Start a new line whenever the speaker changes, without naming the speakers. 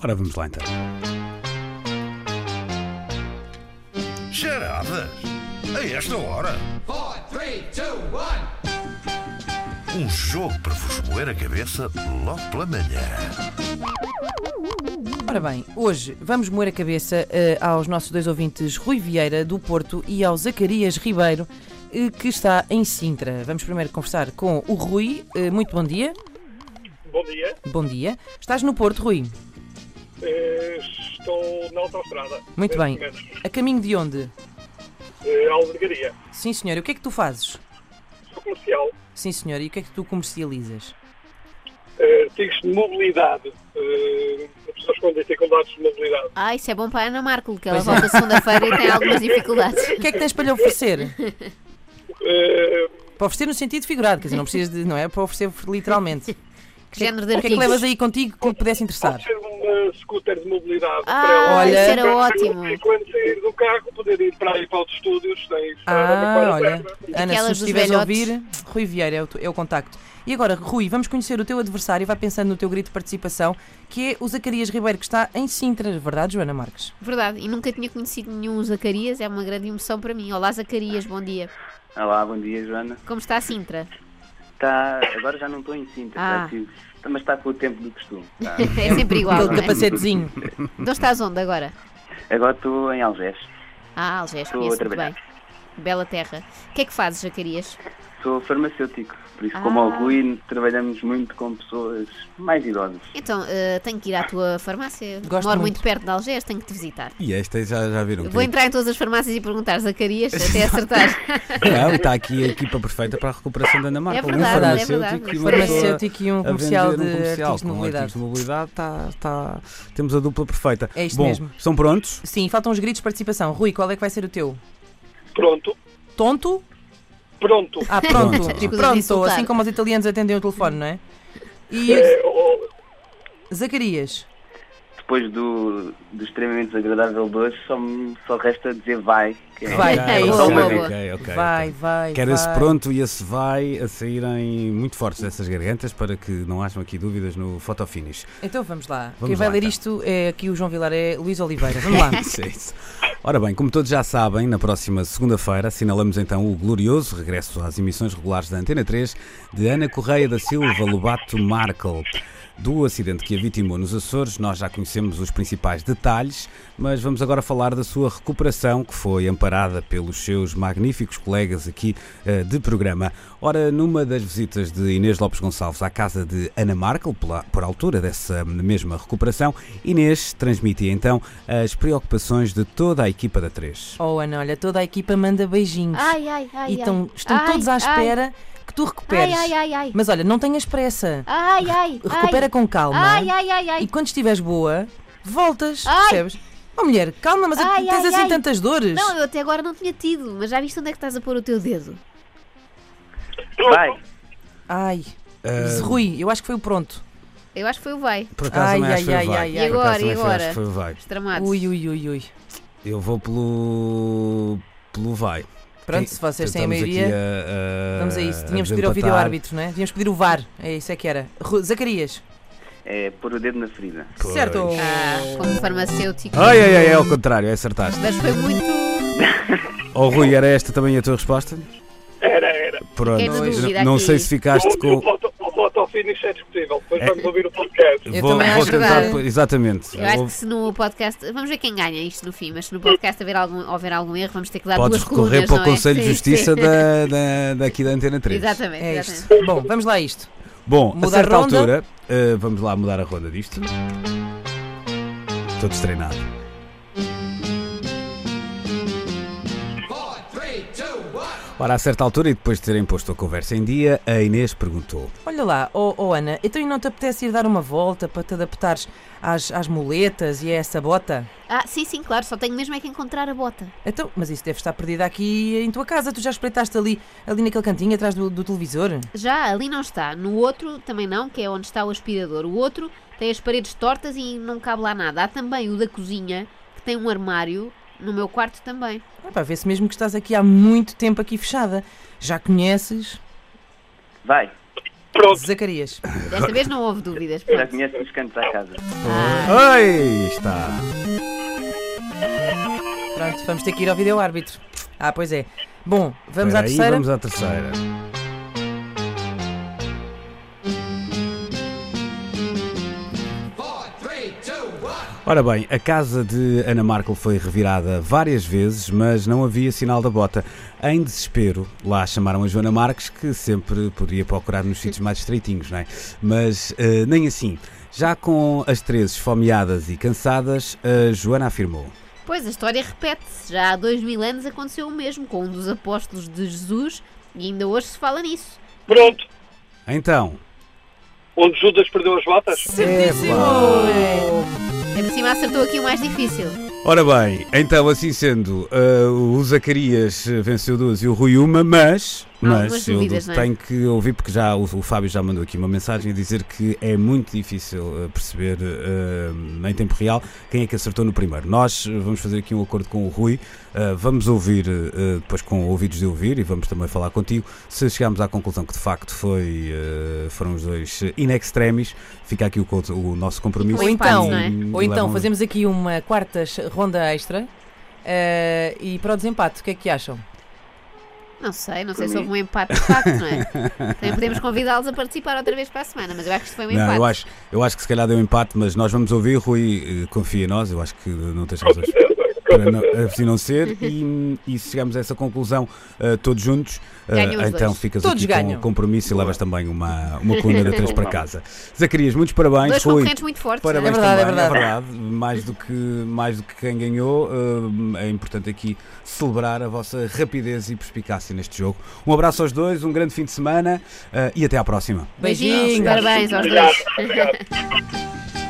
Ora, vamos lá então.
Charadas? A esta hora?
four, three, two, one.
Um jogo para vos moer a cabeça logo pela manhã.
Ora bem, hoje vamos moer a cabeça eh, aos nossos dois ouvintes, Rui Vieira, do Porto, e ao Zacarias Ribeiro, eh, que está em Sintra. Vamos primeiro conversar com o Rui. Eh, muito bom dia.
Bom dia,
Bom dia. Estás no Porto, Rui?
eh, estou na autostrada.
Muito bem.
Uh,
A caminho de onde?
eh, albergaria,
Sim, senhor. E o que é que tu fazes?
sou comercial,
Sim, senhor. E o que é que tu comercializas?
eh, artigos de mobilidade, eh, para pessoas com dificuldades de mobilidade.
Ah, isso é bom para a Ana Marco, que ela
Pois é.
volta segunda-feira e tem algumas dificuldades.
O que é que tens para lhe oferecer?
Eh,
Para oferecer no sentido figurado, quer dizer, não precisas de. Não é para oferecer literalmente.
Que
o
género de
que é que
artigos?
levas aí contigo que lhe pudesse interessar?
pode ser uma scooter de mobilidade
Ah,
para ela.
olha. isso
era
Para
ótimo.
E quando sair do carro, poder ir para aí para os estúdios, eh, tem
Ah, olha. Ana, se
Aquelas
nos
dos
estiveres a
velhotes.
ouvir, Rui Vieira é o, tu- é o contacto. E agora, Rui, vamos conhecer o teu adversário, vai pensando no teu grito de participação, que é o Zacarias Ribeiro, que está em Sintra, verdade, Joana Marques?
Verdade, e nunca tinha conhecido nenhum Zacarias, é uma grande emoção para mim. Olá, Zacarias, bom dia.
Olá, bom dia, Joana.
Como está a Sintra?
Tá, agora já não estou em cinta,
Ah.
já tive, tá, mas está com o tempo do costume. tá.
É sempre igual,
Aquele
não é?
capacetezinho.
De onde estás onde agora?
Agora estou em Algés,
Ah, Algés,
Estou
conheço
a
muito bem.
trabalhar.
Bela terra. O que é que fazes, Zacarias?
sou farmacêutico, por isso,
Ah.
como o Rui, trabalhamos muito com pessoas mais idosas.
Então, eh, tenho que ir à tua farmácia.
Gosto
Moro
muito.
muito. perto de Algés, tenho que te visitar.
E esta já, já viram.
Vou entrar em todas as farmácias e perguntar, Zacarias, até acertar.
Não,
Está aqui a equipa perfeita para a recuperação da Ana Marca.
É verdade,
um farmacêutico
é verdade.
e uma pessoa
Farmacêutico e um
a
comercial de
vender um comercial
artigos de
com
mobilidade.
artigos de mobilidade. Tá, tá, temos a dupla perfeita.
É isto
Bom,
mesmo.
estão prontos?
Sim, faltam os gritos de participação. Rui, qual é que vai ser o teu?
Pronto,
Tonto?
pronto.
Ah,
Pronto.
pronto. Tipo,
Escusa de
pronto,
insultar.
assim como os italianos atendem o telefone, não é? E
Eh, oh,
Zacarias,
Depois do, do extremamente desagradável doce, só, me- só resta dizer vai. Que é-
vai,
É
é
isso.
isso.
Boa,
ok,
boa.
ok, ok.
vai, vai.
Quer esse
vai.
pronto e esse vai a saírem muito fortes dessas gargantas para que não hajam aqui dúvidas no fotofinish.
Então vamos lá.
Vamos
Quem vai
lá,
ler
então.
isto é aqui o João Vilar, é Luís Oliveira. Vamos lá.
Isso é isso. Ora bem, como todos já sabem, na próxima segunda-feira assinalamos então o glorioso regresso às emissões regulares da Antena 3 de Ana Correia da Silva Lobato Markel. Do acidente que a vitimou nos Açores, nós já conhecemos os principais detalhes, mas vamos agora falar da sua recuperação, que foi amparada pelos seus magníficos colegas aqui eh, de programa. Ora, numa das visitas de Inês Lopes Gonçalves à casa de Ana Markel, pela- por altura dessa mesma recuperação, Inês transmitia então as preocupações de toda a equipa da 3.
Oh, Ana, olha, toda a equipa manda beijinhos.
Ai, ai, ai.
e estão,
ai.
estão
Ai,
todos à
ai.
espera que tu
Ai,
recuperes.
ai, ai, ai.
Mas olha, não tenhas pressa.
Ai, ai. ai.
Recupera com calma.
Ai, ai, ai, ai.
E quando estiveres boa, voltas,
Ai.
percebes? Oh, mulher, calma, mas
Ai,
tens
ai,
assim
ai.
tantas dores.
Não, eu até agora não tinha tido, mas já viste onde é que estás a pôr o teu dedo?
Vai!
Ai. Rui, eu acho que foi o pronto.
Eu acho que foi o vai.
Eh, Por acaso
Ai,
também acho que
ai,
foi vai.
ai, ai,
ai.
Por acaso
E agora,
também
e
foi- acho
agora?
que foi vai.
Estramado.
Ui, ui, ui, ui.
Eu vou pelo. pelo vai.
Pronto,
Tem-
se vocês têm a
tentamos aqui
maioria,
a- a-
vamos a isso. Tínhamos de pedir
desempatar.
ao vídeo-árbitro, não é? Tínhamos de pedir o VAR. É isso é que era. Ru- Zacarias.
É pôr o dedo na ferida.
Pois.
Certo.
Ah, como farmacêutico.
Ai, ai, ai, é ao contrário, é acertaste.
Mas foi muito.
Oh, Rui, era esta também a tua resposta?
era, era.
Pronto,
Fiquei na dúvida
não
aqui.
sei se ficaste
O, o,
com.
foto- o fotofinish é discutível, depois
É.
vamos ouvir o podcast.
Eu
vou,
também
vou
acho
tentar.
verdade.
Exatamente.
Eu acho
Vou-
que se no podcast. Vamos ver quem ganha isto no fim, mas se no podcast haver algum, houver algum erro, vamos ter que dar
Podes
duas colunas.
recorrer para o
não é?
Conselho de
Sim,
Justiça
sim.
da, da- daqui da Antena 3.
Exatamente,
É
exatamente.
isto. Bom, vamos lá a isto.
Bom,
Muda
a
a
certa
ronda.
altura, eh, vamos lá mudar a ronda disto. Estou destreinado. Ora, a certa altura, e depois de terem posto a conversa em dia, a Inês perguntou:
Olha lá, oh, oh, Ana, então e não te apetece ir dar uma volta para te adaptares às, às muletas e a essa bota?
Ah, sim, sim, claro, só tenho mesmo é que encontrar a bota.
Então, mas isso deve estar perdido aqui em tua casa. Tu já espreitaste ali, ali naquele cantinho atrás do, do televisor?
Já ali não está. No outro também não, que é onde está o aspirador. O outro tem as paredes tortas e não cabe lá nada. Há também o da cozinha, que tem um armário. No meu quarto também.
Ah, pá, vê-se mesmo que estás aqui há muito tempo aqui fechada. Já conheces?
Vai!
Pronto.
Zacarias.
Desta vez não houve dúvidas.
Já
Pronto.
conheces os cantos à casa.
Aí está.
Pronto, vamos ter que ir ao vídeo árbitro. Ah, pois é. Bom, vamos
Espera
à
aí,
terceira.
Vamos à terceira.
Four, three, two, one.
Ora bem, a casa de Ana Markel foi revirada várias vezes, mas não havia sinal da bota. Em desespero, lá chamaram a Joana Marques, que sempre poderia procurar nos sítios mais estreitinhos, não é? Mas eh, nem assim. Já com as três esfomeadas e cansadas, a Joana afirmou.
Pois, a história repete-se. Já há dois mil anos aconteceu o mesmo com um dos apóstolos de Jesus e ainda hoje se fala nisso.
Pronto.
Então,
Onde Judas perdeu as botas?
Certíssimo!
Ainda por cima acertou aqui o mais difícil.
Ora bem, então assim sendo, eh, o Zacarias eh, venceu duas e o Rui uma, mas,
Algumas
mas eu
dúvidas, não é?
tenho que ouvir porque já o, o Fábio já mandou aqui uma mensagem a dizer que é muito difícil eh, perceber eh, em tempo real quem é que acertou no primeiro. Nós eh, vamos fazer aqui um acordo com o Rui, eh, vamos ouvir eh, depois com ouvidos de ouvir e vamos também falar contigo. Se chegarmos à conclusão que de facto foi, eh, foram os dois in extremis, fica aqui o, co- o nosso compromisso.
Ou então,
não é?
E
Ou então
levam-
fazemos aqui uma quarta ch- ronda extra eh, e para o desempate, o que é que acham?
Não sei, não sei
Por
se
mim.
houve um empate de facto, não é? Também podemos convidá-los a participar outra vez para a semana, mas eu acho que isto foi um
Não,
empate.
eu acho, eu acho que se calhar deu um empate, mas nós vamos ouvir, Rui, eh, confia em nós, eu acho que não tens razões para não, eh, se não ser, e, e se chegarmos a essa conclusão eh, todos juntos, eh,
Ganham os
então
dois.
ficas
Todos
aqui com
ganham.
o compromisso e levas também uma, uma coluna de três para casa. Zacarias, muitos parabéns,
Dois
Rui.
concorrentes muito fortes.
Parabéns
É verdade,
também,
é
é verdade. Mais, do que, mais do que quem ganhou, eh, é importante aqui celebrar a vossa rapidez e perspicácia neste jogo. Um abraço aos dois, um grande fim de semana eh, e até à próxima.
Beijinhos,
Beijinhos.
parabéns aos dois.